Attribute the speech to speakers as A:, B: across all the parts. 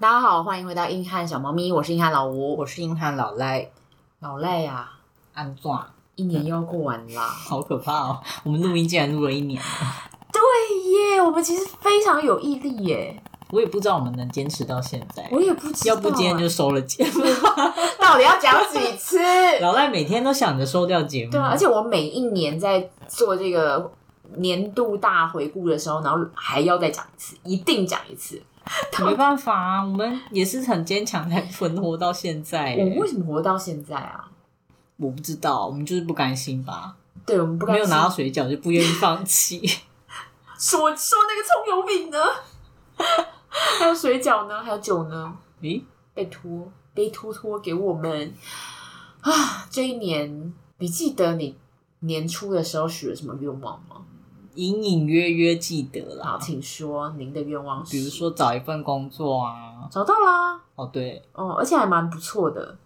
A: 大家好，欢迎回到硬汉小猫咪，我是硬汉老吴，
B: 我是硬汉老赖，
A: 老赖啊，
B: 安壮，
A: 一年又要过完 啦。
B: 好可怕哦！我们录音竟然录了一年，
A: 对耶，我们其实非常有毅力耶，
B: 我也不知道我们能坚持到现在。
A: 我也不知道、
B: 要不今天就收了节目。
A: 到底要讲几 次？
B: 老赖每天都想着收掉节目，
A: 对啊，而且我每一年在做这个年度大回顾的时候，然后还要再讲一次，一定讲一次。
B: 没办法啊，我们也是很坚强才存活到现在
A: 我
B: 欸。
A: 为什么活到现在啊？
B: 我不知道，我们就是不甘心吧，
A: 对我们不甘
B: 没有拿到
A: 心
B: 水饺就不愿意放弃。
A: 说说那个葱油饼呢， 还有水饺呢，还有酒呢。
B: 咦，
A: 拜托，拜托托给我们啊！这一年，你记得你年初的时候许了什么愿望吗？
B: 隐隐约约记得
A: 好，
B: 啦，
A: 请说您的愿望是。
B: 啊比如说找一份工作啊，
A: 找到啦，
B: 哦对，
A: 哦，而且还蛮不错的，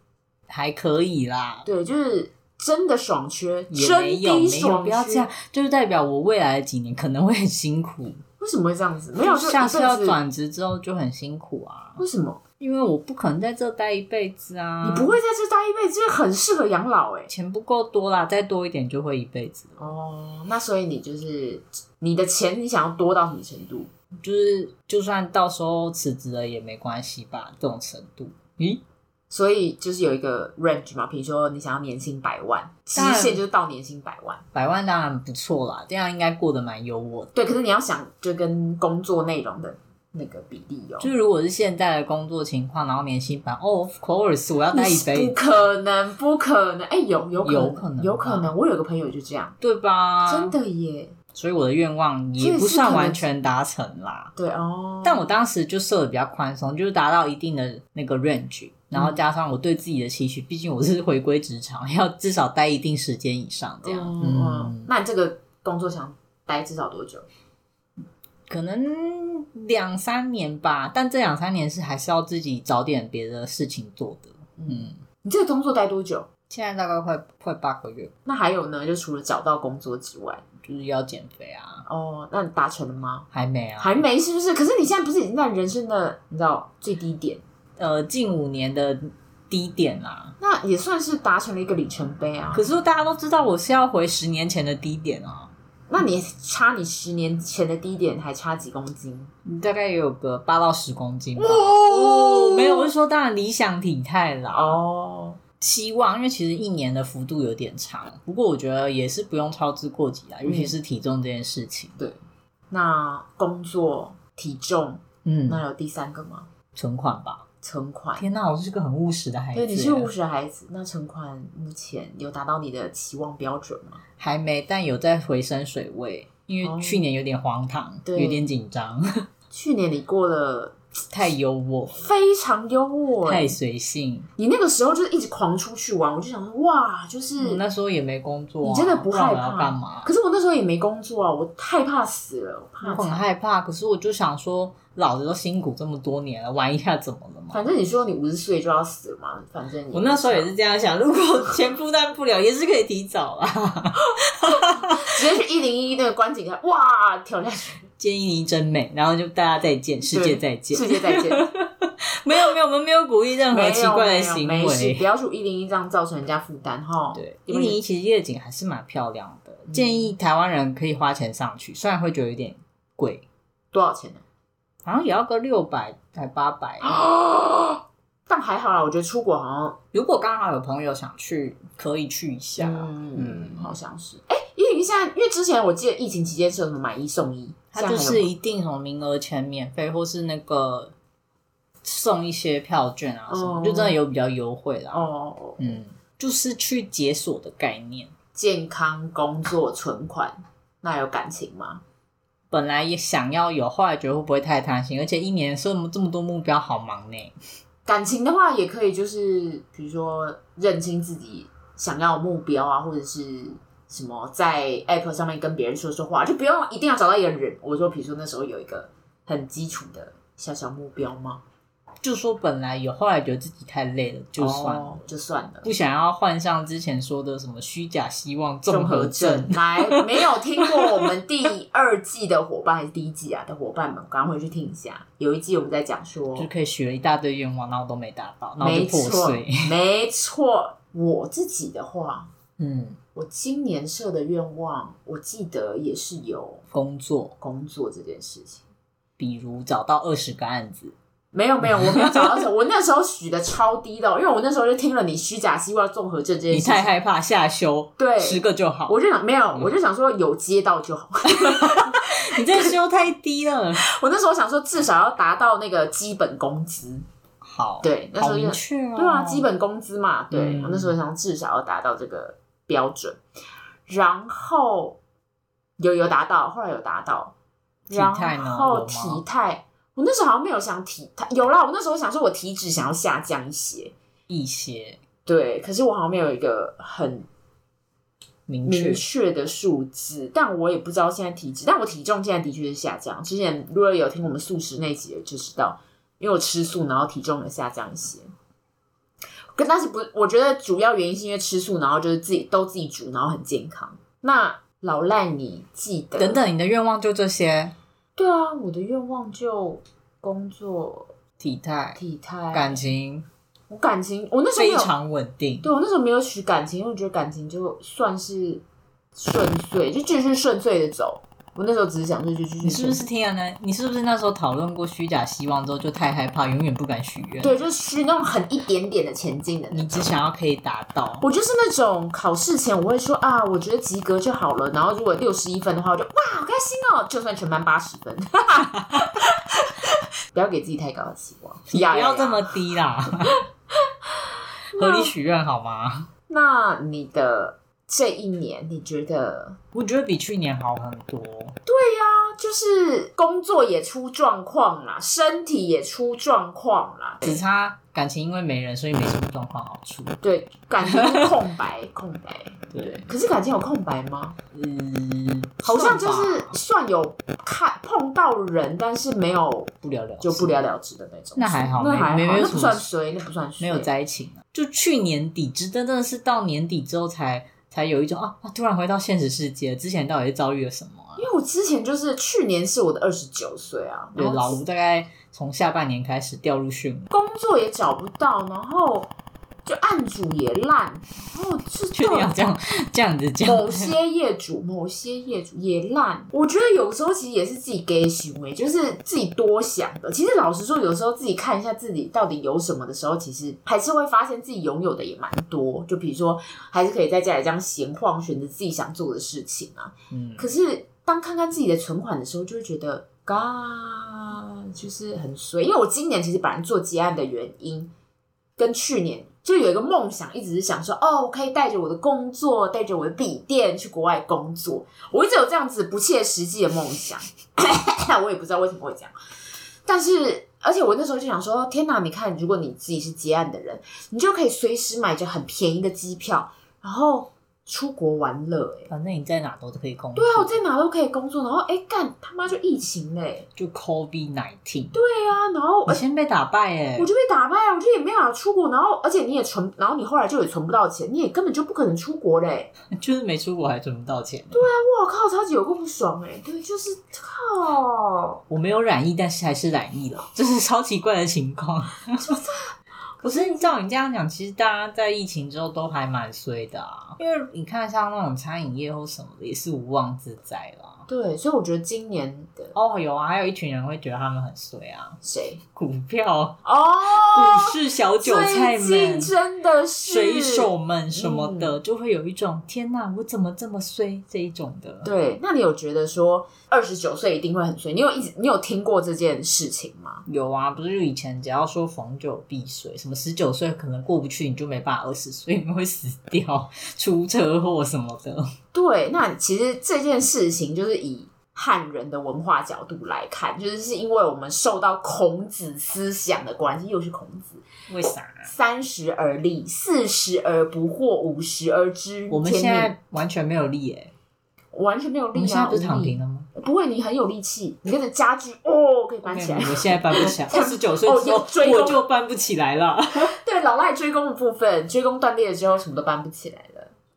B: 还可以啦，
A: 对，就是真的爽缺，
B: 也
A: 真
B: 没有
A: 的
B: 没有，
A: 爽
B: 不要
A: 缺
B: 这样，，就是代表我未来的几年可能会很辛苦。
A: 为什么会这样子？没有，就
B: 下次
A: 一辈
B: 要
A: 子
B: 转职之后就很辛苦啊，
A: 为什么？
B: 因为我不可能在这待一辈子啊。
A: 你不会在这待一辈子，就是很适合养老哎、
B: 钱不够多啦，再多一点就会一辈子了，
A: 哦，那所以你就是你的钱，你想要多到什么程度？
B: 就是就算到时候辞职了也没关系吧，这种程度。咦，
A: 所以就是有一个 range 嘛，比如说你想要年薪百万，极
B: 当然
A: 限就是到年薪百万。
B: 百万当然不错啦，这样应该过得蛮优渥的。
A: 对，可是你要想，就跟工作内容的那个比例哦，
B: 就是如果是现在的工作情况，然后年薪百，哦，of course，我要待一辈
A: 不
B: 子，
A: 可能，不可能，哎、有有可能，
B: 有
A: 有
B: 可能
A: 可
B: 吧
A: 能我有个朋友就这样，
B: 对吧？
A: 真，的耶，
B: 所以我的愿望
A: 所以
B: 也
A: 是
B: 不算
A: 可能
B: 完全达成啦。
A: 对哦。
B: 但我当时就设的比较宽松，就是达到一定的那个 range，然后加上我对自己的期许，毕竟我是回归职场，要至少待一定时间以上这
A: 这
B: 样。
A: 样，嗯，
B: 嗯，
A: 那你这个工作想待至少多久？
B: 可能两三年吧，但这两三年是还是要自己找点别的事情做的。嗯，
A: 你这个工作待多久？
B: 现在大概快快八个月，
A: 那还有呢？就除了找到工作之外，
B: 就是要减肥啊，
A: 哦，那你达成了吗？
B: 还没啊，
A: 还没，是不是？可是你现在不是已经在人生的你知道最低点？
B: 呃近五年的低点啦、
A: 那也算是达成了一个里程碑啊。
B: 可是大家都知道我是要回十年前的低点啊，
A: 那你差你十年前的低点还差几公斤？
B: 大概也有个八到十公斤吧。
A: 哦
B: 没有，我是说，当然理想体态啦，
A: 哦，
B: 期望，因为其实一年的幅度有点长，不过我觉得也是不用操之过急啦，啊尤
A: 嗯
B: 其是体重这件事情。
A: 那工作、体重，
B: 嗯，
A: 那有第三个吗？
B: 存款吧。
A: 存款。
B: 天哪，我是个很务实的孩子耶。
A: 对，你是务实孩子，那存款目前有达到你的期望标准吗？
B: 还没，但有在回升水位，因
A: 哦
B: 为去年有点荒唐，
A: 对
B: 有点紧张，
A: 去年你过得
B: 太优渥，
A: 非常优渥、
B: 太
A: 欸，
B: 随性。
A: 你那个时候就是一直狂出去玩，我就想说，哇，就是、
B: 我嗯那时候也没工作
A: 嗯
B: 啊、
A: 你真的不
B: 知道
A: 害
B: 我要
A: 怕
B: 干嘛？
A: 可是我那时候也没工作啊，我害怕死了，我怕
B: 我很
A: 惨
B: 害怕，可是我就想说，老子都辛苦这么多年了，玩一下怎么了嘛？
A: 反正你说你五十岁就要死了嘛，反正你
B: 我那时候也是这样想，如果钱负担不了，也是可以提早啦。
A: 直接去一零一那个观景台，哇，跳下去，
B: 建议你真美，然后就大家再见，世界再见，
A: 世界再 见，
B: 没有没有，我们没有鼓励任
A: 没
B: 何
A: 有
B: 奇怪
A: 没
B: 的
A: 有
B: 行
A: 没事，不
B: 为。
A: 要住一零一这样造成人家负担哈。
B: 对，一
A: 因
B: 零
A: 为
B: 一其实夜景还是蛮漂亮的，建议台湾人可以花钱上去，虽然会觉得有点贵，
A: 多少钱呢？
B: 好像也要个六百才八百。
A: 啊，但还好啦，我觉得出国好像，
B: 如果刚好有朋友想去，可以去一下。
A: 嗯
B: 嗯，
A: 好像是。哎，一零一现在，因为之前我记得疫情期间是有什么买一送一，
B: 它就
A: 现在还有
B: 是
A: 吗
B: 一定什么名额前免费，或是那个送一些票券啊什么，
A: 哦
B: 就真的有比较优惠啦。
A: 哦，
B: 嗯，就是去解锁的概念。
A: 健康、工作、存款，那有感情吗？
B: 本来也想要有，后来觉得会不会太贪心？而且一年设这么多目标，好忙呢。
A: 感情的话，也可以就是比如说认清自己想要的目标啊，或者是什么在 App 上面跟别人说说话，就不用一定要找到一个人。我说，比如说那时候有一个很基础的小小目标吗？
B: 就说本来有，后来觉得自己太累了，就算了。
A: 哦就算了。
B: 不想要患上之前说的什么虚假希望综
A: 综
B: 合
A: 合
B: 症
A: 症，来，没有听过我们第二季的伙伴还是第一季啊的伙伴们，赶快回去听一下。有一季我们在讲说，
B: 就可以许了一大堆愿望，然后都没达到，然后就
A: 没
B: 破
A: 错
B: 碎。，
A: 没错。我自己的话，
B: 嗯，
A: 我今年设的愿望，我记得也是有
B: 工作，
A: 工作这件事情。
B: 比如找到二十个案子，
A: 没有没有，我没有找到手。我那时候许的超低的哦、因为我那时候就听了你虚假希望综合症这件
B: 你
A: 事情，
B: 太害嗯怕下修，
A: 对
B: 十个就好。
A: 我就想没有，我就想说有接到就好。
B: 你这修太低了。
A: 我那时候想说至少要达到那个基本工资，
B: 好，，
A: 对，那时
B: 好
A: 候就
B: 明确哦。
A: 对啊，基本工资嘛，对、
B: 嗯
A: 我那时候想至少要达到这个标准，然后有有达到，后来有达到，
B: 体态呢
A: 然后
B: 有吗
A: 体态，我那时候好像没有想体态，有啦，我那时候想说我体脂想要下降一些，
B: 一些
A: 对，可是我好像没有一个很
B: 明确
A: 明，确的数字，但我也不知道现在体脂，但我体重现在的确是下降，之前如果有听我们素食那集的就知道，因为我吃素，然后体重有下降一些。跟但是不，我觉得主要原因是因为吃素，然后就是自己都自己煮，然后很健康。那老赖，你记得
B: 等？等，你的愿望就这些，
A: 对啊，我的愿望就工作、
B: 体态、
A: 体态、
B: 感，情
A: 我感情，我那时候没
B: 非
A: 有
B: 常稳定。
A: 对啊我那时候没有许感情，因为我觉得感情就算是顺遂，就继续顺遂的走。我那时候只是想说就继续
B: 你是
A: 顺
B: 不
A: 遂。
B: 是听了呢？你是不是那时候讨论过虚假希望之后就太害怕，永远不敢许愿？
A: 对，就是许那种很一点点的前进的那
B: 你
A: 种。
B: 只想要可以达到，
A: 我就是那种考试前我会说啊，我觉得及格就好了。然后如果六十一分的话，我就哇好开心哦，就算全班八十分。 不要给自己太高的期望，
B: 你不要这
A: 呀。
B: 么低 啦，合理许愿好吗？
A: 那你的这一年，你觉得
B: 我觉得比去年好很多。
A: 就是工作也出状况啦，身体也出状况啦，
B: 只差感情因为没人，所以没什么状况好处。
A: 对，感情是空 白，空白。
B: 对，
A: 可是感情有空白吗？
B: 嗯，
A: 好像就
B: 算
A: 是
B: 吧
A: 算有看碰到人，但是没有
B: 不了了之，
A: 就不了了之的那种。
B: 那还好
A: 那还好，
B: 没没有
A: 那
B: 什
A: 不
B: 么
A: 算衰，那不算衰。
B: 没有在一起呢。就去年底，真真的是到年底之后才才有一种啊，啊突然回到现实世界，之前到底是遭遇了什么啊？
A: 因为我之前就是去年是我的二十九岁啊，
B: 对，
A: 然后
B: 老吴大概从下半年开始掉入漩涡。
A: 工作也找不到，然后就案主也烂，然后就
B: 确定要这样 这样子讲？
A: 某些业主，某些业主也烂。我觉得有时候其实也是自己给行为，就是自己多想的。其实老实说，有时候自己看一下自己到底有什么的时候，其实还是会发现自己拥有的也蛮多。就比如说，还是可以在家里这样闲晃，选择自己想做的事情啊。
B: 嗯，
A: 可是当看看自己的存款的时候，就会觉得，嘎，就是很衰。因为我今年其实本来做结案的原因，跟去年就有一个梦想，一直是想说，哦，我可以带着我的工作，带着我的笔电去国外工作。我一直有这样子不切实际的梦想， 我也不知道为什么会这样。但是，而且我那时候就想说，天哪！你看，如果你自己是结案的人，你就可以随时买着很便宜的机票，然后出国玩乐、欸。
B: 反正你在哪都可以工作。
A: 对啊，我在哪都可以工作，然后哎干他妈就疫情嘞，
B: 就 COVID nineteen，
A: 对啊，然后
B: 我
A: 而且
B: 先被打败哎、
A: 我就被打败啊，我就也没办法出国，然后而且你也存，然后你后来就也存不到钱，你也根本就不可能出国嘞，
B: 就是没出国还存不到钱、对，
A: 我靠，超级有够不爽哎，对，就是靠，
B: 我没有染疫，但是还是染疫了， 这是超奇怪的情况。 可是照你这样讲，其实大家在疫情之后都还蛮衰的啊，因为你看像那种餐饮业或什么的，也是无妄自灾啦。
A: 对，所以我觉得今年的
B: 哦，有啊，还有一群人会觉得他们很衰啊，
A: 谁
B: 股票、
A: 哦，
B: 股市小韭菜
A: 最近
B: 们、
A: 真的是
B: 水手们什么的，就会有一种天哪，我怎么这么衰这一种的。
A: 对，那你有觉得说二十九岁一定会很衰？你有一直你有听过这件事情吗？
B: 有啊，不是就以前只要说逢九必衰，什么十九岁可能过不去，你就没办法二十岁，你会死掉、出车祸什么的。
A: 对，那其实这件事情就是以汉人的文化角度来看，就是是因为我们受到孔子思想的关系，又是孔子
B: 为啥？
A: “三十而立，四十而不惑，五十而知
B: 我们
A: 天
B: 现
A: 命
B: 在完全没有力耶、
A: 完全没有
B: 我
A: 立
B: 们现在
A: 啊，
B: 不是
A: 无
B: 躺
A: 力
B: 平了吗？
A: 不会，你很有力气，你跟着家具哦，可以搬起来。
B: 我现在搬 不起来，二十九岁
A: 哦
B: 之后
A: 你追
B: 我
A: 踪
B: 就搬不起 来了。
A: 对，老赖追功的部分，追功断裂了之后，什么都搬不起来了。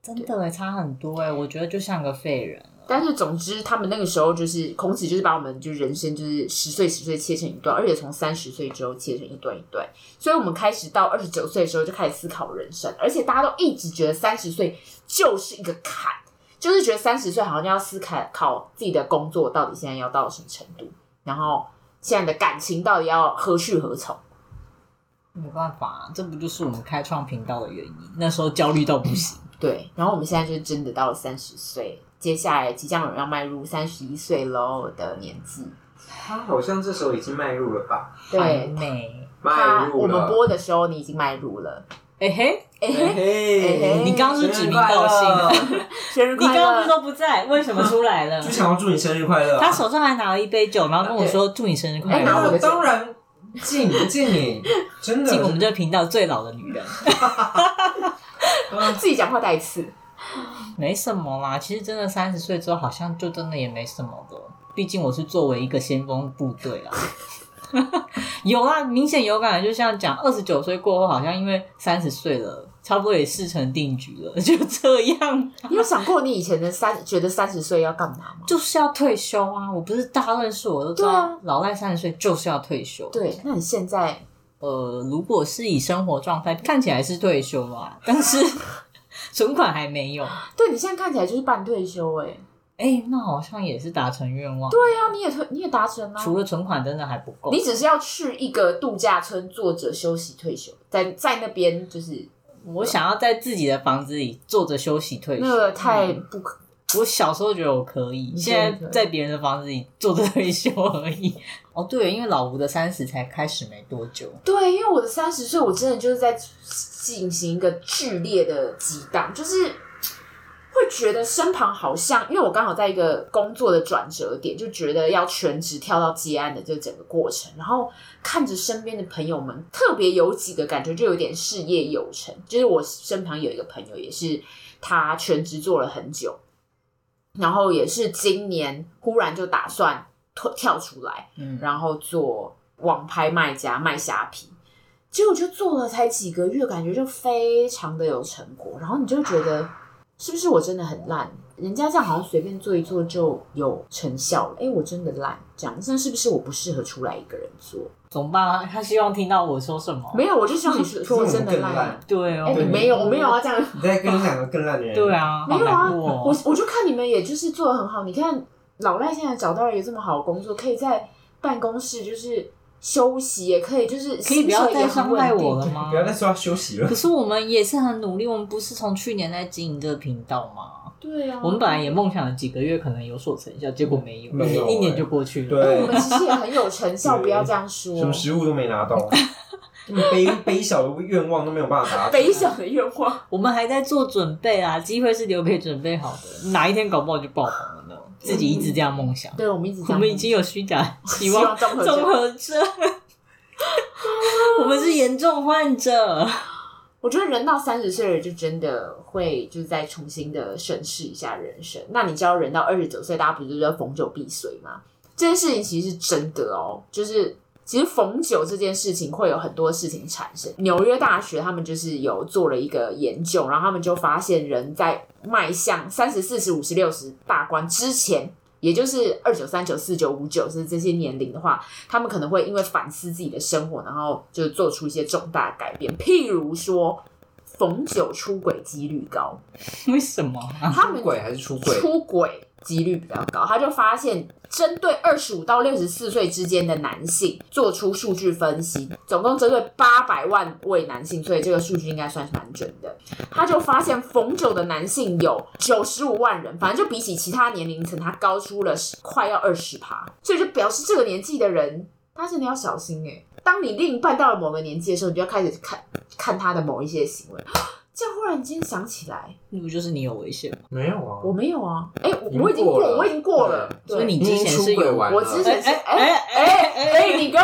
B: 真的欸差很多哎，我觉得就像个废人了。
A: 但是总之，他们那个时候就是孔子，就是把我们就人生就是十岁十岁切成一段，而且从三十岁之后切成一段一段。所以我们开始到二十九岁的时候就开始思考人生，而且大家都一直觉得三十岁就是一个坎，就是觉得三十岁好像要思考考自己的工作到底现在要到什么程度，然后现在的感情到底要何去何从。
B: 没办法，啊这不就是我们开创频道的原因？那时候焦虑到不行。
A: 对，然后我们现在就是真的到了三十岁，接下来即将有人要迈入三十一岁喽的年纪。
C: 他好像这时候已经迈入了吧？
A: 对，
B: 美。
C: 迈
A: 他
C: 入
A: 我们
C: 了。
A: 播的时候你已经迈入了，
B: 哎嘿，
A: 哎、嘿，
C: 嘿
A: 嘿
C: 嘿
A: 你
B: 刚刚是指名道姓啊
C: 哎生日快乐
A: 生日快
B: 你刚刚不是
A: 乐！
B: 都不在，为什么出来了
C: 就？想要祝你生日快乐啊。
B: 他手上还拿了一杯酒，然后跟我说：“祝你生日快
A: 哎拿
B: 乐
A: 我的酒
C: 当然敬敬你，真！”的
B: 进我们这个频道最老的女人，
A: 自己讲话带刺，
B: 没什么啦。其实真的三十岁之后，好像就真的也没什么了。毕竟我是作为一个先锋部队啦， 有啊，明显有感觉。就像讲二十九岁过后，好像因为三十岁了，差不多也事成定局了， 就这样，
A: 你有想过你以前的三觉得三十岁要干嘛吗？
B: 就是要退休啊。我不是大家认识我都知
A: 对
B: 道
A: 啊，
B: 老赖三十岁就是要退休。啊
A: 对，那你现在
B: 呃，如果是以生活状态看起来是退休啊，但是存款还没有。
A: 对你现在看起来就是半退休哎、
B: 哎、那好像也是达成愿望。
A: 对啊，你也退你也达成了、
B: 除了存款真的还不够
A: 你。只是要去一个度假村坐着休息退休，在在那边就是
B: 我想要在自己的房子里坐着休息退休。
A: 那个太
B: 嗯
A: 不可，
B: 我小时候觉得我可以，
A: 你
B: 现
A: 觉
B: 在
A: 得
B: 在别人的房子里坐着退休而已。哦，对，因为老吴的三十才开始没多久，
A: 对，因为我的三十岁，我真的就是在进行一个剧烈的激荡，就是会觉得身旁好像，因为我刚好在一个工作的转折点，就觉得要全职跳到接案的这整个过程，然后看着身边的朋友们，特别有几个感觉就有点事业有成，就是我身旁有一个朋友也是，他全职做了很久，然后也是今年忽然就打算脱跳出来，
B: 嗯，
A: 然后做网拍卖家卖虾皮，结果就做了才几个月，感觉就非常的有成果，然后你就觉得是不是我真的很烂？人家这样好像随便做一做就有成效了，哎，我真的烂，这样那是不是我不适合出来一个人做？
B: 怎么办啊？他希望听到我说什么？
A: 没有，我就希望你说说我真的
C: 更烂
A: 烂，
B: 对哦，
A: 哎，你没有，我没有啊，这样
C: 你在跟两个更烂的人。
B: 对，啊，
A: 没有
B: 好
A: 啊，
B: 难过哦
A: 我我就看你们也就是做的很好，你看老赖现在找到了一个这么好的工作，可以在办公室就是休息，也可以就是
B: 可以不要
A: 薪水
B: 再
A: 也很
B: 伤害
A: 稳定
B: 我了吗
C: 不？要再说要休息了
B: 可。是我们也是很努力，我们不是从去年在经营这个频道吗？
A: 对啊，
B: 我们本来也梦想了几个月可能有所成效，结果没有，
C: 没有欸
B: 一年就过去了。
A: 我
C: 对，
A: 们其实也很有成效，
C: 对
A: 不要这样说。
C: 什么食物都没拿到，这么卑卑小的愿望都没有办法达成。
A: 北小的愿望，
B: 我们还在做准备啊，机会是留给准备好的，哪一天搞不好就爆红了呢？自己一直这样梦想，
A: 对我们一直这
B: 我
A: 样
B: 们已经有虚假希
A: 希
B: 望
A: 望综合症
B: 综合症，我们是严重患者。
A: 我觉得人到三十岁了，就真的会就是再重新的审视一下人生。那你知道人到二十九岁，大家不是都在逢九必随吗？这件事情其实是真的哦，就是其实逢九这件事情会有很多事情产生。纽约大学他们就是有做了一个研究，然后他们就发现人在迈向三十四十五十六十大关之前。也就是二九、三九、四九、五九，是这些年龄的话，他们可能会因为反思自己的生活，然后就做出一些重大改变。譬如说，逢九出轨几率高，
B: 为什么啊？
A: 他们
C: 出轨还是出轨？
A: 出轨几率比较高。他就发现，针对二十五到六十四岁之间的男性做出数据分析，总共针对八百万位男性，所以这个数据应该算是蛮准的。他就发现，逢九的男性有九十五万人，反正就比起其他年龄层，他高出了10快要二十趴，所以就表示这个年纪的人，他真的要小心哎、当你另一半到了某个年纪的时候，你就要开始看看他的某一些行为。 这样忽然间想起来，
B: 那不就是你有危险吗？
C: 没有啊，
A: 我没有啊，哎、
C: 已经
A: 我我已经
C: 过
A: 过
C: 了
A: 我已经过了，对
B: 所以你之前是
C: 出轨
B: 有，
C: 完了
A: 我之前是
B: 哎哎
A: 哎哎
B: 哎哎
A: 哎，你给我，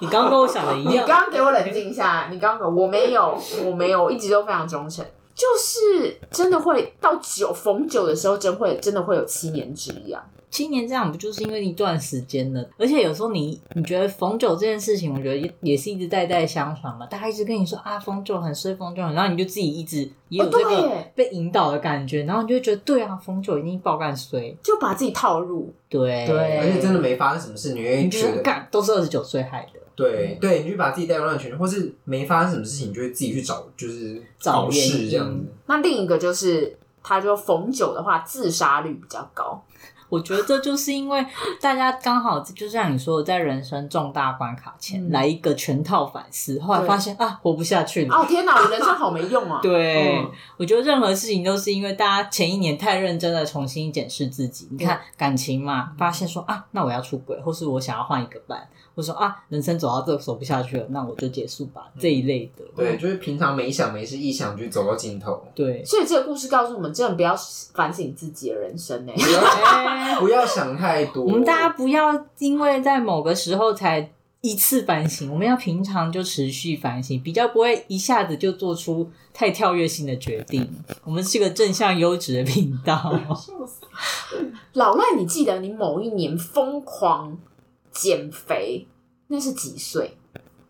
B: 你刚刚跟我想的一
A: 你
B: 样。
A: 刚刚给我冷静一下，你刚刚给我我没有，我没有，我一直都非常忠诚。就是真的会到九逢九的时候，真会真的会有七年之痒。
B: 今年这样不就是因为一段时间了？而且有时候你你觉得逢九这件事情，我觉得也也是一直代代相传嘛。大家一直跟你说啊，逢九很衰，逢九很，然后你就自己一直也有
A: 哦
B: 这
A: 对
B: 个
A: 耶
B: 被引导的感觉，然后你就会觉得对啊，逢九一定爆干衰，
A: 就把自己套入，
B: 对
A: 对
C: 而且真的没发生什么事，你会
B: 你就
C: 觉
B: 是
C: 得
B: 干都是二十九岁害的，
C: 对对，你就把自己带入乱圈，或是没发生什么事情，你就会自己去找，就是
B: 找
C: 搞
B: 原
C: 事
B: 因嗯
C: 这样子。
A: 那另一个就是，他就逢九的话，自杀率比较高。
B: 我觉得这就是因为大家刚好就像你说的，在人生重大关卡前、
A: 嗯
B: 来一个全套反思，后来
A: 对
B: 发现啊，活不下去
C: 嗯
B: 了。
A: 哦天哪，我人生好没用啊！
B: 对，
A: 嗯
B: 我觉得任何事情都是因为大家前一年太认真的重新检视自己。你看感情嘛，发现说啊，那我要出轨，或是我想要换一个伴，或说啊，人生走到这走不下去了，那我就结束吧，这一类的。。
C: 对，就是平常没想没事，一想就走到尽头
B: 对，
A: 所以这个故事告诉我们，真的不要反省自己的人生欸呢、
C: 不要
B: 哎
C: 不要想太多，
B: 我们大家不要因为在某个时候才一次反省，我们要平常就持续反省，比较不会一下子就做出太跳跃性的决定。我们是个正向优质的频道。
A: 老赖，你记得你某一年疯狂减肥，那是几岁？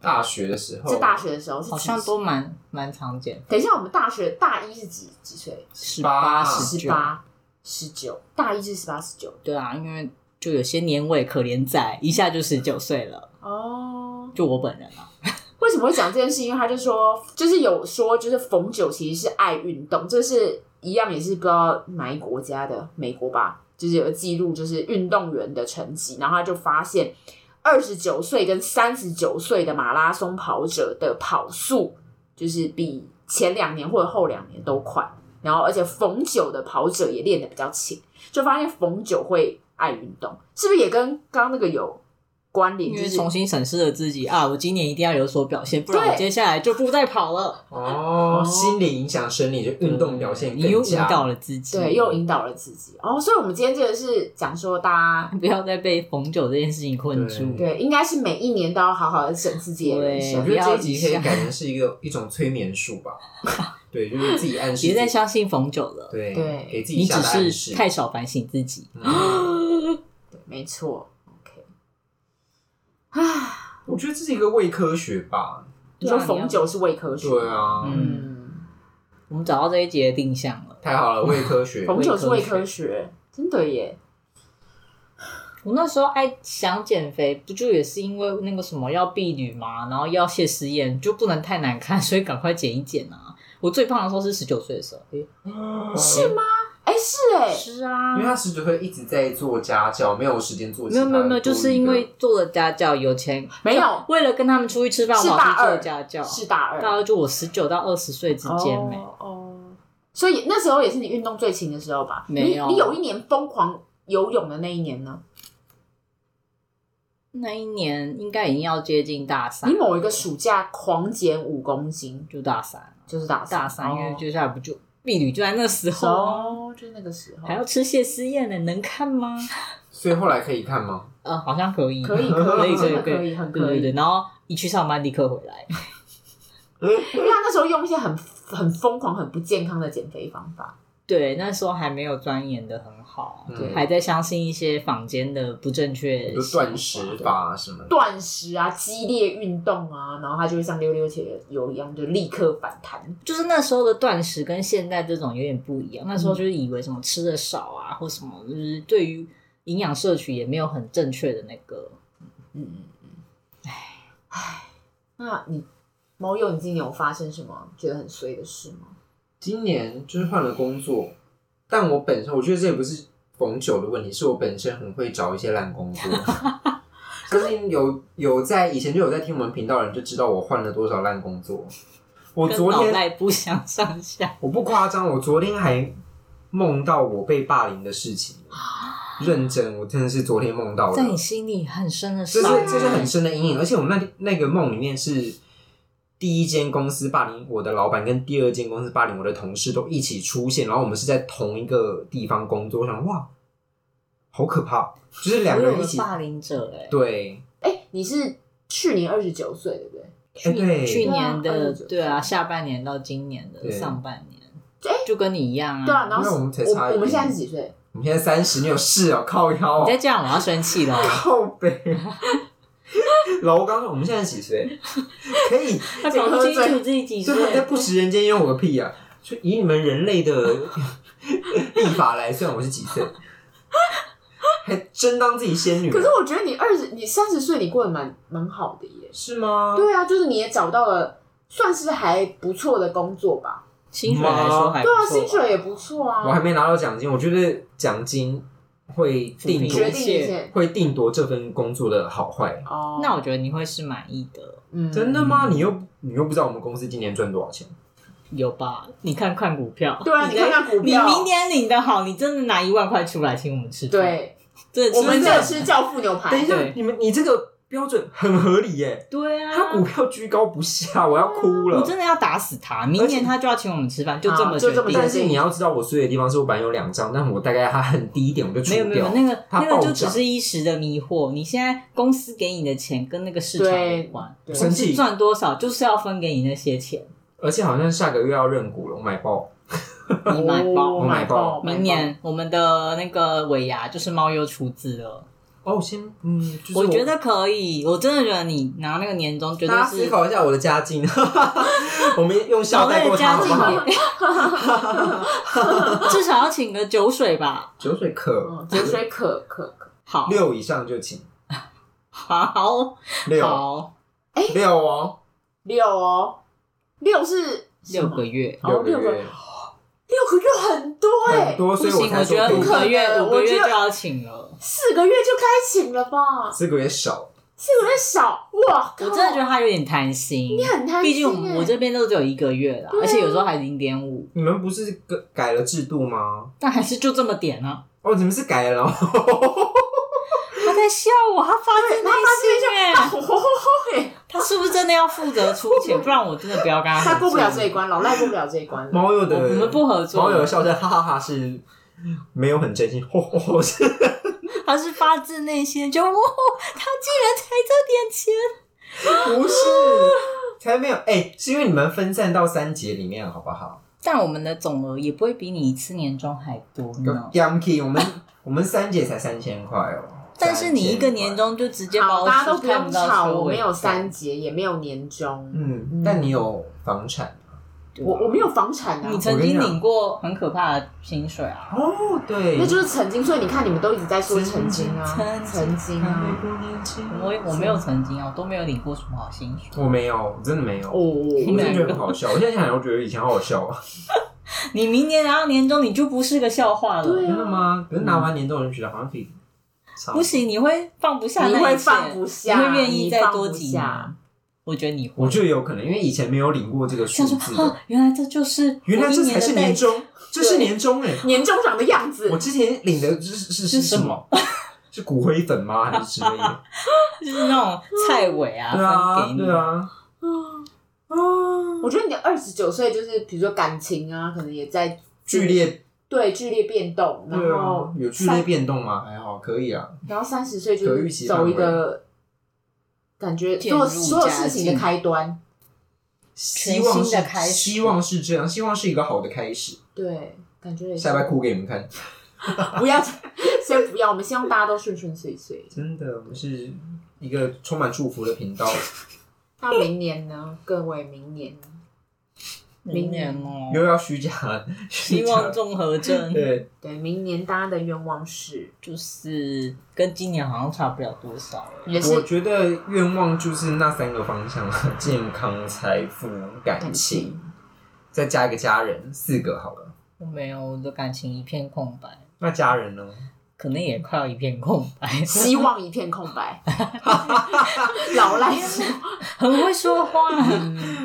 C: 大学的时候
A: 是大学的时候是几
B: 好像都蛮蛮常见，
A: 等一下，我们大学大一是几几岁？
B: 十
C: 八
B: 十
A: 十
B: 九，
A: 八、十九，大一是十八、十九。
B: 对啊，因为就有些年尾可怜仔一下就十九岁了，
A: 哦，
B: 就我本人啊，
A: 为什么会讲这件事？因为他就说，就是有说，就是逢九其实是爱运动，这是一样，也是不知道哪一国家的，美国吧，就是有记录，就是运动员的成绩，然后他就发现。二十九岁跟三十九岁的马拉松跑者的跑速，就是比前两年或者后两年都快，然后而且逢九的跑者也练得比较勤，就发现逢九会爱运动，是不是也跟刚刚那个有关联？
B: 因
A: 就
B: 为
A: 是
B: 重新审视了自己啊，我今年一定要有所表现，不然
A: 对
B: 我接下来就不再跑了。
C: 哦
A: 哦，
C: 心理影响生理，就运动表现
B: 你又
C: 更
B: 引
C: 佳。
B: 导了自己，
A: 对，又引导了自己哦。所以，我们今天这个是讲说，大家
B: 不要再被逢九这件事情困住。
C: 对
A: 对应该是每一年都要好好的审视自己的人
C: 我
A: 生
B: 对。
C: 觉得这一集可以改成是一个一种催眠术吧，对，就是自己暗示自己，
B: 别再相信逢九了，
C: 对
A: 对
C: 给自己
B: 你
C: 下的暗
B: 只
C: 示
B: 是太少反省自己。
C: 嗯
A: 对没错。OK，
C: 我觉得这是一个伪科学吧，
A: 你
B: 对啊
A: 说逢九是伪科学，
C: 对，啊，
B: 嗯
A: 嗯，
B: 我们找到这一节的定向了。
C: 太好了，伪科
B: 嗯
C: 学，
A: 逢九是伪科学，真的耶。
B: 我那时候爱想减肥，不就也是因为那个什么要避旅嘛，然后要谢师宴，就不能太难看， 所以赶快减一减啊！我最胖的时候是十九岁的时候，
A: 是吗？哎，是哎，
B: 是啊
C: 因为他十九岁一直在做家教，没有时间做其
B: 没有
C: 他的
B: 没有没有，就是因
C: 多余
B: 为做了家教，有钱
A: 没有
B: 为了跟他们出去吃饭，
A: 是
B: 我
A: 大
B: 跑去做
A: 二
B: 家教，
A: 是大二
B: 哦大二就我十九到二十岁之间欸没，
A: 哦哦，所以那时候也是你运动最勤的时候吧？
B: 没有
A: 你你有一年疯狂游泳的那一年呢？
B: 那一年应该已经要接近大三
A: 你，某一个暑假狂减五公斤，
B: 就大三，
A: 就是大三
B: 大三，因为
A: 哦
B: 接下来不就避旅就在那时候啊，
A: 哦，就那个时候
B: 还要吃谢师宴呢，能看吗？
C: 所以后来可以看吗？
B: 呃，好像可以，
A: 可 以
B: 可以，
A: 可
B: 可
A: 以
B: 以，
A: 可以很可以
B: 对对对。然后一去上班，立刻回来，
A: 因为他那时候用一些很很疯狂、很不健康的减肥方法，
B: 对，那时候还没有钻研的很好，
C: 嗯
B: 还在相信一些坊间的不正确
C: 比如
B: 想法
C: 断食，法什么的，
A: 断食啊、激烈运动啊，然后他就会像溜溜铁油一样，就立刻反弹。
B: 就是那时候的断食跟现在这种有点不一样。那时候就是以为什么吃的少啊，或什么，就是对于营养摄取也没有很正确的那个。
A: 嗯，唉唉，那你猫友，你今年有发生什么觉得很衰的事吗？
C: 今年就是换了工作，但我本身我觉得这也不是逢九的问题，是我本身很会找一些 烂工作。相信有有在以前就有在听我们频道的人就知道我换了多少烂工作。我
B: 跟
C: 昨
B: 脑
C: 天
B: 袋不相上 下，
C: 我不夸张，我昨天还梦到我被霸凌的 事情。认真，我真的是昨天梦到的。
B: 在你心里很深的
C: 这
B: 伤
C: 是
B: 害。
C: 这是很深的阴影。而且我那那个梦里面是第一间公司霸凌我的老板，跟第二间公司霸凌我的同事都一起出现，然后我们是在同一个地方工作。我想哇，好可怕！就是两
B: 我
C: 个
B: 有
C: 人一
B: 个
C: 起
B: 霸凌者哎、
C: 对，
A: 哎、你是去年二十九岁，对不对？
C: 哎
B: 去
C: 对，
B: 去年
A: 对
B: 的
A: 啊
B: 对啊，下半年到今年的
C: 对
B: 上半年，就跟你一样啊。
A: 哎对啊，然
C: 那
A: 后
C: 我们才
A: 我
C: 差一
A: 我们
C: 点
A: 现在是几岁？
C: 我们现在三十，你有事哦，靠腰
B: 你再
C: 哦，
B: 这样我要生气了 哦。
C: 靠背。老吴刚说我们现在几岁？可以，
B: 他搞不清楚自己几
C: 所以还在
B: 岁。
C: 不食人间烟火个屁啊！就以你们人 类的立法来算，我是几岁？还真当自己仙女？啊
A: 可是我觉得你二十，你三十岁，你过得蛮蛮好的耶。
C: 是吗？
A: 对啊，就是你也找到了，算是还不错的工作吧。
B: 薪水来说还不
A: 对啊，
B: 错，
A: 薪水也不错
C: 我还
A: 啊，
C: 没拿到奖金，我觉得奖金会定
B: 我
A: 决
C: 夺
A: 定一切。
C: 会定夺这份工作的好坏。
A: 哦，
B: 那我觉得你会是满意的，
A: 嗯
C: 真的吗？你又你又不知道我们公司今年赚多少钱？
B: 有吧？你看看股票，
A: 对啊，你看看股
B: 你
A: 票，
B: 明年领的好，你真的拿一万块出来请我们吃饭，
A: 对，
B: 真的
A: 我们
B: 吃
A: 这
B: 饭
A: 吃教父牛
C: 等一
A: 排，
C: 下
B: 哎对，
C: 你们你这个标准很合理耶，
B: 对啊，
C: 他股票居高不下，我要哭
B: 我
C: 了。
B: 真的要打死他，明年他就要请我们吃饭，就这
A: 好
B: 么决
A: 就这么
B: 定
A: 决
C: 但。是你要知道，我衰的地方是我本来有两张，但我大概它很低一点，我就除
B: 没有
C: 掉。
B: 没有，那个
C: 他
B: 那
C: 暴
B: 个就只
C: 涨
B: 是一时的迷惑。你现在公司给你的钱跟那个市场
A: 对
B: 无关，
A: 对
C: 生气，
B: 赚多少就是要分给你那些 钱。
C: 而且好像下个月要认股了，我买爆。
B: 你哦买
C: 哦
A: 我
B: 包，
A: 买爆，
B: 明年我们的那个尾牙就是猫又出资了，
C: 哦，先嗯，就是
B: 我觉得可以，我真的觉得你拿那个年终绝对
C: 大家思
B: 是
C: 考一下我的家境， 我们用笑带过它好不
B: 脑内
C: 好
B: 的？ 至少要请个酒水吧。
C: 酒水可
B: 哦
A: 嗯，节水可可可，
B: 好，
C: 六以上就请
B: 好，
C: 六
B: 好，
C: 六哦，
A: 六哦，六是什
B: 六
A: 么
B: 个月，
A: 哦
C: 六个
A: 六个
C: 月
A: 六个月很多哎
C: 很，多，
B: 不
C: 所以我
B: 行，
C: 才
B: 我觉
C: 说
B: 得五
A: 不可
B: 个月，
A: 能
B: 五个
A: 我
B: 月
A: 觉得
B: 就要请了。
A: 四个月就开请了吧？
C: 四个月少，
A: 四个月少哇，
B: 我真的觉
A: 得
B: 得他有点贪心，
A: 你很贪心欸
B: 毕竟我们 我这边都只有一个月啦，
A: 对啊
B: 而且有时候还零点五，
C: 你们不是改改了制度吗？
B: 但还是就这么点啊。
C: 哦，你们是改了哦，
B: 他 在笑我，他发自内心哎、
A: 欸哦
B: 他是不是真的要负责出钱？不然我真的不要跟他合作
A: 他过不了这一关，老赖过不了这一关。
C: 猫友的
B: 我们不合作
C: 猫友的笑声哈哈哈是没有很真心， 吼吼吼是
B: 他是发自内心就哇，他竟然才这点钱，
C: 不是，才没有哎、是因为你们分散到三节里面，好不好
B: 但我们的总额也不会比你一次年终还多
C: 嗯
B: 呢。
C: ？Yamki，我们 我们三节才三千块哦。
B: 但是你一个年
C: 中，
B: 终就直接把
A: 好，
B: 我
A: 大家都不
B: 看
A: 用
B: 到
A: 吵，
B: 收尾
A: 我没有三节，也没有年终，
C: 嗯，但你有房产
B: 对吧
A: 我我没有房产啊
B: 你，曾经领过很可怕的薪水啊，
C: 哦，对，
A: 那就是曾经，所以你看你们都一直在说曾经啊，
B: 曾经
A: 曾经
C: 嗯
A: 啊，
B: 我我没有曾经哦，都没有领过什么好薪水。
C: 我没有，我真的没有，
A: 哦，
C: 我真的觉得很好笑。我现在想想，我觉得以前好好笑啊，
B: 你明年拿到年终，你就不是个笑话了。
A: 对
C: 真的吗？可是拿完年终，我就觉得好像可以，
B: 不，行，你会放不下那
A: 你
B: 一切，
A: 会放不下，
B: 你会愿意再多几
A: 你
B: 年
A: 放不下？
B: 我觉得你
C: 我
B: 会。
C: 觉得有可能，因为以前没有领过这个数
B: 想
C: 字
B: 说
C: 的
B: 啊，，原来这就是
C: 原来
B: 我一
C: 这
B: 年
C: 才
B: 的
C: 是
B: 代
C: 年终，这是
A: 对
C: 年终哎，
A: 年终长的样子
C: 我，之前领的是是
B: 是
C: 是
B: 什
C: 什么？是骨灰粉 吗？还是之类的？
B: 就是那种菜尾啊，
C: 对啊，
B: 分给你
C: 对。啊，
A: 我觉得你的二十九岁就是，比如说感情啊，可能也在
C: 剧烈，
A: 对剧烈变动，然
C: 对啊
A: 后，
C: 有剧烈变动吗？还好，可以啊。
A: 然后三十岁
C: 可
A: 就
C: 预
A: 是
C: 期
A: 走一
C: 范围
A: 个感觉
B: 渐入
A: 做所有
B: 佳
A: 事情的
B: 境
A: 开端，
C: 希望
B: 全新
C: 是
B: 的开始
C: 希望是这样，希望是一个好的开始。
A: 对，感觉也是
C: 下班哭给你们看，
A: 不要， 先不要，我们希望大家都顺顺遂遂。
C: 真的，我们是一个充满祝福的频道。
B: 哦
A: 那明年呢？各位，明年
B: 明年哦，
C: 又要虚假，
B: 希
C: 希
B: 望综合症
C: 啊对，
A: 对明年大家的愿望是
B: 就是跟今年好像差不了多少了。
A: 也
C: 我
A: 是
C: 觉得愿望就是那三个方向：健康、财富、感
A: 感
C: 情
A: 情，
C: 再加一个家人，四个好了。
B: 我没有，我的感情一片空白，
C: 那家人呢？
B: 可能也快要一片空白。
A: 希望一片空 白。老赖说
B: 很会说话，
C: 嗯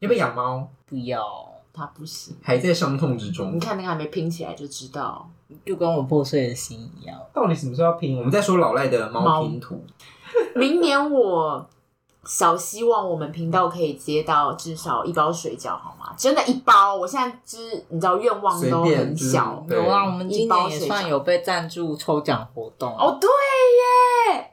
C: 要不要养猫？
B: 不要，
A: 他不行，
C: 还在伤痛之
A: 你
C: 中。
A: 看那个还没拼起来就知道。
B: 就跟我破碎的心一样。
C: 到底什么时候要拼？我们在说老赖的猫
A: 猫
C: 拼图。
A: 明年我小希望我们频道可以接到至少一包水饺，好吗？真的，一包。我现在就是你知道愿望
C: 随
A: 都
C: 便
A: 很
C: 就是
A: 小。
C: 对
B: 有啊，我们今
A: 一包
B: 年也
A: 水
B: 算
A: 饺
B: 有被赞助抽奖活动啊
A: 哦，对耶，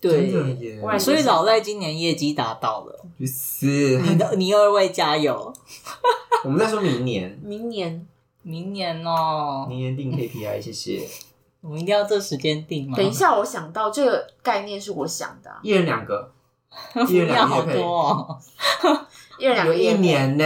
C: 真的耶
A: 我也
B: 所以老赖今年业绩达到了，
C: 去死！
B: 你的你二位加油！
C: 我们在说明年，
A: 明年
B: 明年哦、
C: 明年定 KPI，谢谢。
B: 我们一定要这时间定
C: 嗯
B: 吗？
A: 等 一，下，我想到这个概念是我想的啊、
C: 一人两 个，
B: 不
C: 一人
B: 要
C: 两个
B: 好
C: 也可以
B: 多哦。
A: 一人两
C: 有
A: 个
C: 一
A: 月
C: 年呢、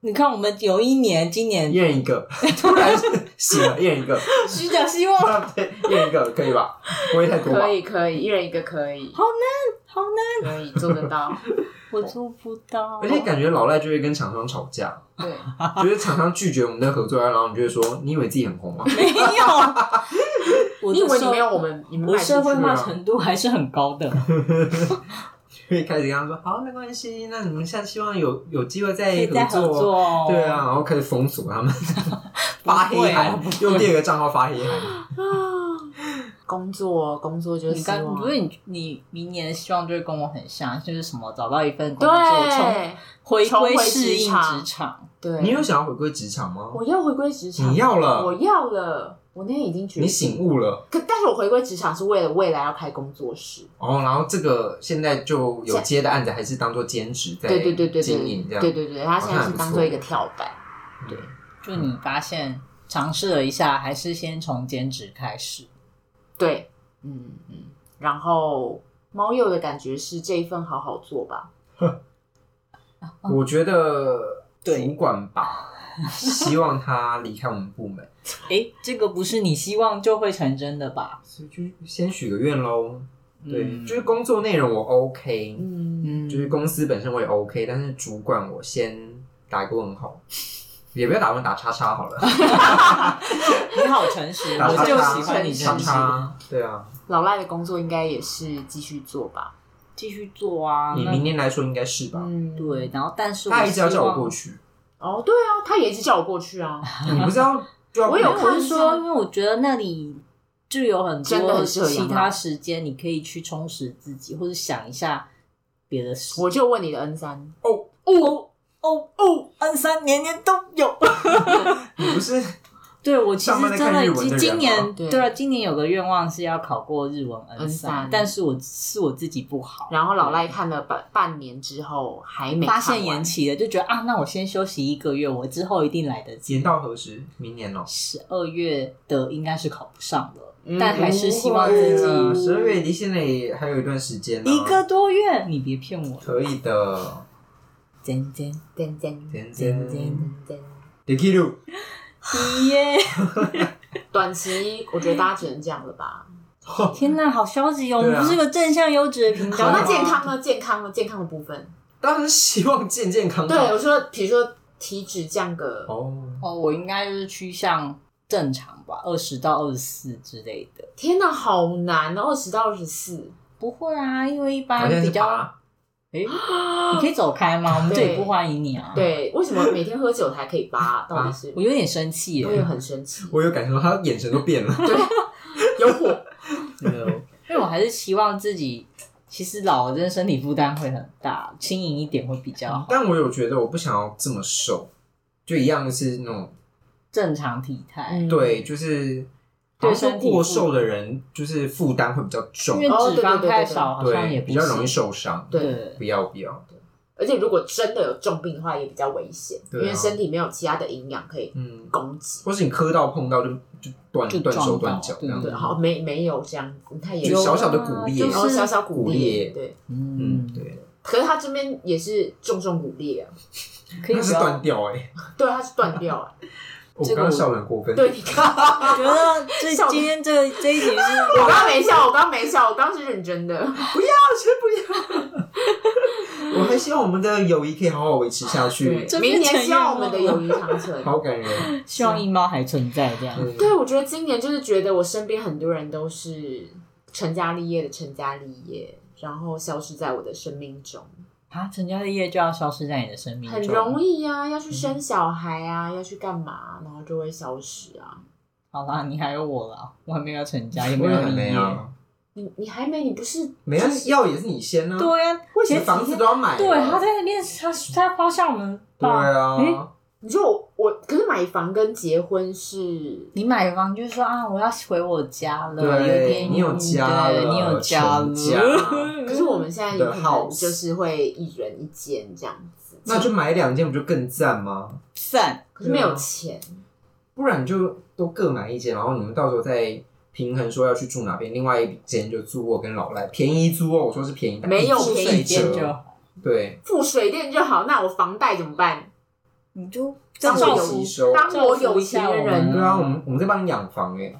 B: 你看，我们有一年，今
C: 一
B: 年
C: 人 一个，突然醒了，一人一个，
B: 虚假希望，
C: 对，一人一个可以吧？不会太多吧
A: 可？以可以，一人一个可以
B: 好难，好难，
A: 可以做得到，
B: 我做不到。
C: 而且感觉老赖就会跟厂商吵架，
A: 对，
C: 就是厂商拒绝我们的合作，然后你就会说：“你以为自己很红吗
B: 没有，啊 我
A: 你以为你
B: 社
A: 没有我们你们
B: 我
A: 卖
B: 社
A: 出
B: 会
A: 去
B: 化
C: 啊
B: 程度还是很高 的。？”
C: 就会开始跟他说：“好，没关系，那你们下次希望有有机会再
B: 可以再合
C: 作。”
B: 作哦。
C: 对啊，，然后开始封锁 他们，
B: 不
C: 发
B: 会
C: 黑
B: 啊
C: 函，
B: 不
C: 用第
B: 会。
C: 二个账号发黑函。
A: 啊工作工作就是
B: 你
A: 希
B: 刚，
A: 望
B: 不是你，你明年的希望就会跟我很像，就是什么找到一份工作，重
A: 对
B: 回
A: 重
B: 归
A: 回
B: 适
A: 职
B: 应
A: 场
B: 职场。
A: 对，
C: 你有想要回归职场吗？
A: 我要回归职场，
C: 你要
A: 我
C: 了，
A: 要了，我那天已经决定
C: 你醒悟了
A: 可但是我回归职场是为了未来要开工作室，
C: 哦。然后这个现在就有接的案子，还是当做兼职在
A: 对对对对
C: 经营这
A: 对
C: 样。
A: 对对对，他现在
C: 好像还
A: 是
C: 不
A: 当
C: 错
A: 做一个跳板，
C: 对，
B: 就你发现尝试了一下，还是先从兼职开始。
A: 对，嗯嗯，然后猫鼬的感觉是这一份好好做吧，
C: 我觉得
B: 嗯对
C: 主管吧，希望他离开我们部门，
B: 诶，这个不是你希望就会成真的吧？
C: 所以就先许个愿喽。对，
B: 嗯
C: 就是工作内容我 OK，、
A: 嗯，
B: 嗯，
C: 就是公司本身我也 OK，但是主管我先打个问号，也不要打问打叉叉好了，
B: 你好诚 实，
C: 打
B: 啊我
C: 叉
B: 就
C: 叉
B: 喜欢你
C: 叉
B: 诚实。
C: 叉，对啊，
A: 老赖的工作应该也是继续做吧，
B: 继续做啊，
C: 以
B: 那
C: 明年来说应该是吧。
A: 嗯，
B: 对，，然后但是
C: 他一直要叫我过
B: 去，
C: 去，
A: 哦对啊，他也一直叫我过去啊，
C: 你不知道就要
A: 我有
B: 因为我
A: 看
B: 是啊说，因为我觉得那里就有很
A: 真的
B: 多
A: 很适合养
B: 其
A: 老
B: 他时间，你可以去充实自己，或者想一下别的事。
A: 我就问你的 N 三，
C: 哦，
B: 哦哦哦，按三年年都有。
C: 你不是
B: 对我其实
C: 上
B: 真
C: 班在看日
B: 的
C: 文
B: 今
C: 的
B: 今
C: 人
B: 年
A: 对
B: 对啊，今年有个愿望是要考过日文 N 三，
A: N3
B: 但是我是我自己不好，
A: 然后老赖看了半半年之后还没
B: 发
A: 看
B: 现
A: 完
B: 延期了，就觉得啊，那我先休息一个月，我之后一定来得及
C: 延。到何时？明年哦。
B: 十二月的应该是考不上了，
A: 嗯
B: 但 还是希望自己
C: 啊十二月离现在也还有一段时间呢、
B: 一个多月。你别骗我，
C: 可以的。
B: 真真
A: 噔噔
C: 甜甜
B: 甜
A: 噔噔。
C: d e k i r
B: 耶！
A: 短期我觉得大家只能这样了吧。
B: 嗯天哪，好消息哦！我
C: 对啊
B: 们不是个正向优质的频道
A: 好，
B: 吗
A: 那健康呢？健康呢？健康的部分，
C: 当然希望健健康康。
A: 对我说，比如说体脂降个，
C: 哦，
B: 哦，我应该就是趋向正常吧，二十到二十四之类的。
A: 天哪，好难哦，二十到二十四，
B: 不会啊，因为一
C: 好
B: 般
C: 像
B: 比
C: 是啊
B: 较
C: 八，
B: 诶，你可以走开吗？我们这里不欢迎你
C: 嗯
B: 啊！，
A: 对，为什么每天喝酒才可以
C: 啊
A: 八？到底是
B: 我有点生气
A: 我也
B: 耶，
A: 很生气，
C: 我有感受到他眼神都 变了。
A: 对，有火，
C: 啊
B: 因为我还是希望自己，其实老了真的身体负担会很大，轻盈一点会比较好，
C: 但我有觉得我不想要这么瘦，就一样是那种
B: 正常体态。
A: 嗯，
C: 对，就是
B: 对
C: 好像
B: 身体负
C: 过瘦的人就是负担会比较
B: 因
C: 重
B: 为，
A: 哦
B: 脂
A: 对对
B: 肪
A: 对
B: 太
A: 对
B: 少好像也
C: 对，
B: 不
C: 比较容
B: 行
C: 易受伤。
A: 对。
B: 对
C: 不要不要，
A: 而且如果真的有重病的话，也比较危险，因
C: 对啊
A: 为身体没有其他的营养可以
C: 嗯，
A: 供给。
C: 或是你磕到碰到就就断
B: 就
C: 断手
B: 撞到
C: 断脚这
B: 对
C: 样
A: 对，
C: 子，
A: 好，没没有这样，子，太严
C: 就
A: 重，
C: 小小的
B: 有啊
C: 骨
B: 就
C: 裂
A: 然。后
B: 是
A: 小小骨
C: 骨裂
A: 对。
B: 嗯
C: 嗯，，对，
A: 可是他这边也是重重骨裂啊，
B: 可以
C: 那
B: 不
C: 是
B: 要
C: 断掉哎、
A: 对，他是断掉了。啊
C: 我
B: 这
C: 刚
B: 个
C: 刚笑得很过分。
A: 对，你看，
B: 我觉得这
A: 笑得
B: 今天这个这一集 是
A: 我刚刚没笑，我刚刚没笑，我刚刚是认真的。
C: 我还希望我们的友谊可以好好维持下去，
B: 这
A: 明
B: 变成
A: 年希望
B: 愿
A: 我们的
B: 望
A: 友谊长存。
C: 好感人。
B: 希望一猫还存在这样。
C: 嗯
A: 对，我觉得今年就是觉得我身边很多人都是成家立业的成家立业，然后消失在我的生命中，
B: 啊，成家立业就要消失在你的生命中，
A: 很容。易呀、要去生小孩啊，要去干嘛，然后就会消失啊。
B: 好啦，你还有我啦，我还没有成家，也没
C: 我也
B: 有
C: 还
B: 立
C: 没
B: 业。
C: 有，啊
A: 你你还没，你不是
C: 没啊，要也是你先呢、啊。
B: 对呀、
C: 为什
B: 前
C: 么
B: 几
C: 房子
B: 天
C: 都要买了？
B: 对，他在那边，他他抛向我们
C: 哎啊对
B: 吧。诶
C: 啊，
A: 你说我我，可是买房跟结婚是
B: 你买房就是说啊，我要回我家了，
C: 对
B: 有点
C: 你有
B: 远
C: 家
B: 对
C: 了
B: 你有家了，
C: 成家
A: 可是我们现在有可
C: The
A: 能
C: house
A: 就是会一人一间这样子，
C: 那就买两间不就更赞吗？
B: 散
A: 可是没有钱，
C: 不然就都各买一间，然后你们到时候再平衡说要去住哪边，另外一间就租卧跟老赖，便宜租哦卧，我说是便宜，
A: 没有
B: 住
A: 便宜
B: 水电
C: 一
B: 就
C: 折
B: 好，
C: 对，
A: 付水电就好。那我房贷怎么办？
B: 你就
A: 当
C: 我
A: 我
C: 有吸
A: 有
B: 福
C: 收。
A: 当我有钱人，
C: 对啊，我们我们在帮你养房哎，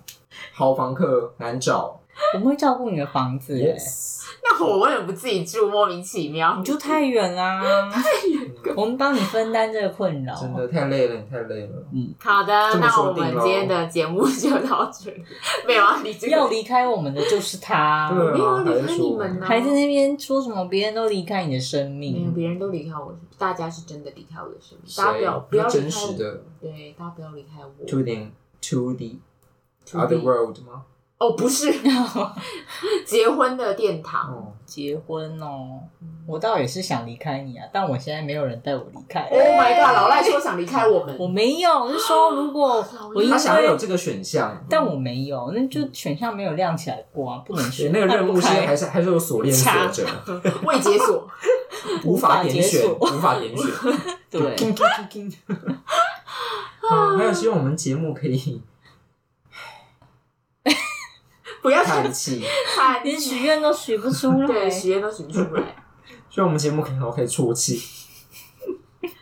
C: 好房客难找
B: 我们会照顾你的房子耶，
C: ，yes，
A: 那我为什么不自己住？莫名其妙
B: 你。就太远啦， 太远，我们帮你分担这个困扰。
C: 真的太累了，你太累了。
A: 好的，
C: 这么
A: 那
C: 说
A: 我
C: 定
A: 们
C: 咯
A: 今天的节目就到这里。没有啊，你这
B: 要
A: 个
B: 离开我们的就是他，
C: 对
A: 没有
C: 啊，
A: 离
C: 还
A: 开
C: 是
A: 你
C: 说
A: 们呢、
B: 还在那边说什么别人都离开你的生
A: 没
B: 命
A: 有，，别人都离开我，大家是真的离开我的生命，
C: 谁
A: 大家不要不要离
C: 真
A: 开我
C: 实的，
A: 对，大家不要离开我。
C: to the to the
A: To
C: other
A: the-
C: world 吗？
A: 哦，不是
C: 嗯
A: 结婚的殿堂，
C: 哦，
B: 结婚哦。
A: 嗯
B: 我倒也是想离开你啊，但我现在没有人带我离开。
A: Oh my god！老赖哦说想离开
C: 哦
A: 我们，
B: 我没有，我是说如果我因
C: 他想要有
B: 为，
C: 这个选项，
B: 但我没有，那就选项没有亮起来过
A: 嗯
B: 啊，不能
C: 对
B: 选
C: 那个任务是
B: 按不
C: 还
B: 开
C: 是还是有锁链锁着，
A: 未解锁。
C: 无法点选，
B: 无法
C: 无法点选。
B: 对，
C: 嗯，还有希望我们节目可以
A: 不要太
C: 叹气，
A: 惨，
B: 连许愿都许不出来
A: 对，。许愿都许不出来。
C: 希望我们节目可以好好可以啜泣，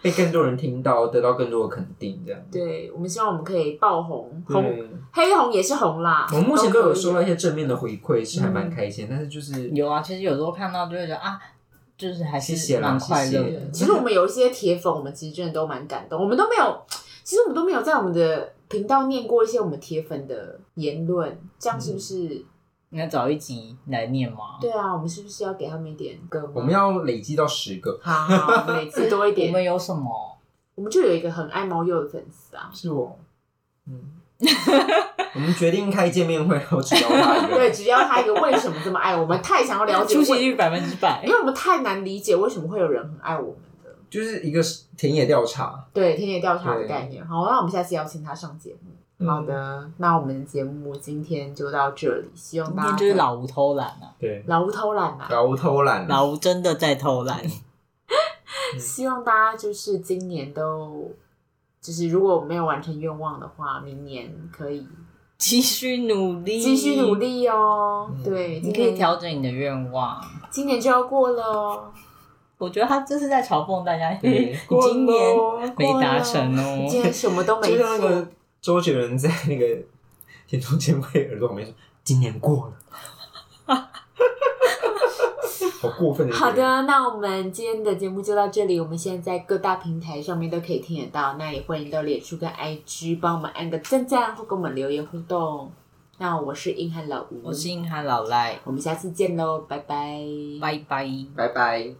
C: 被更多人听到，得到更多的肯定，这样。
A: 对，我们希望我们可以爆红，红
C: 对，
A: 黑红也是红啦。
C: 我们目前
A: 都
C: 都有
A: 可以
C: 收到一些正面的回馈，是还蛮开心，但是就是
B: 有啊，其实有时候看到就会觉得啊，就是还
C: 谢谢
B: 是
C: 啦
B: 蛮快乐
C: 谢
B: 的
C: 谢。
A: 其实我们有一些铁粉，我们其实真的都蛮感动。我们都没有，其实我们都没有在我们的频道念过一些我们铁粉的言论，这样是不是？
C: 嗯
B: 你要找一集来念吗？
A: 对啊，我们是不是要给他们一点歌？
C: 我们要累积到十个，
A: 好，好我们每次多一
B: 我
A: 点。
B: 们有什么？
A: 我们就有一个很爱猫鼬的粉丝啊，
C: 是我，嗯，我们决定开见面会，然后只邀他一个
A: 对，
C: 人。
A: 只要他一个为什么这么爱我们，太想要了 解
B: 出
A: 为，
B: 席率百分之百
A: 因。为我们太难理解为什么会有人很爱我们的。
C: 就是一个田野调查。
A: 对，田野调查的
C: 对
A: 概念。好，那我们下次邀请他上节目。好的，
C: 嗯
A: 那我们的节目今天就到这里，希望
B: 今
A: 大
B: 天
A: 家
B: 就是老吴偷懒啊，
C: 对，
A: 老吴偷懒啦、
C: 然后偷懒，
B: 老吴真的在偷懒。
A: 希望大家就是今年都，就是如果没有完成愿望的话，明年可以
B: 继续努力，
A: 继续努。力哦。
C: 嗯
A: 对，
B: 你
A: 今
B: 可以
A: 年
B: 调整你的愿望。
A: 今年就要过了哦，
B: 我觉得他这是在嘲讽大 家，
C: 对
B: 你今年没达成
A: 今
B: 哦。
A: 年什么都没 做
C: 就像那。个周杰伦在那个田中千惠耳朵旁边说：“今年过了。” 好过分的一个
A: 好
C: 人。
A: 的，那我们今天的节目就到这里。我们现在在各大平台上面都可以听得到，那也欢迎到脸书跟 IG 帮我们按个赞赞，或跟我们留言互动。那我是硬汉老吴，
B: 我是硬汉老赖，
A: 我们下次见喽，拜拜，
B: 拜拜。
C: 拜拜。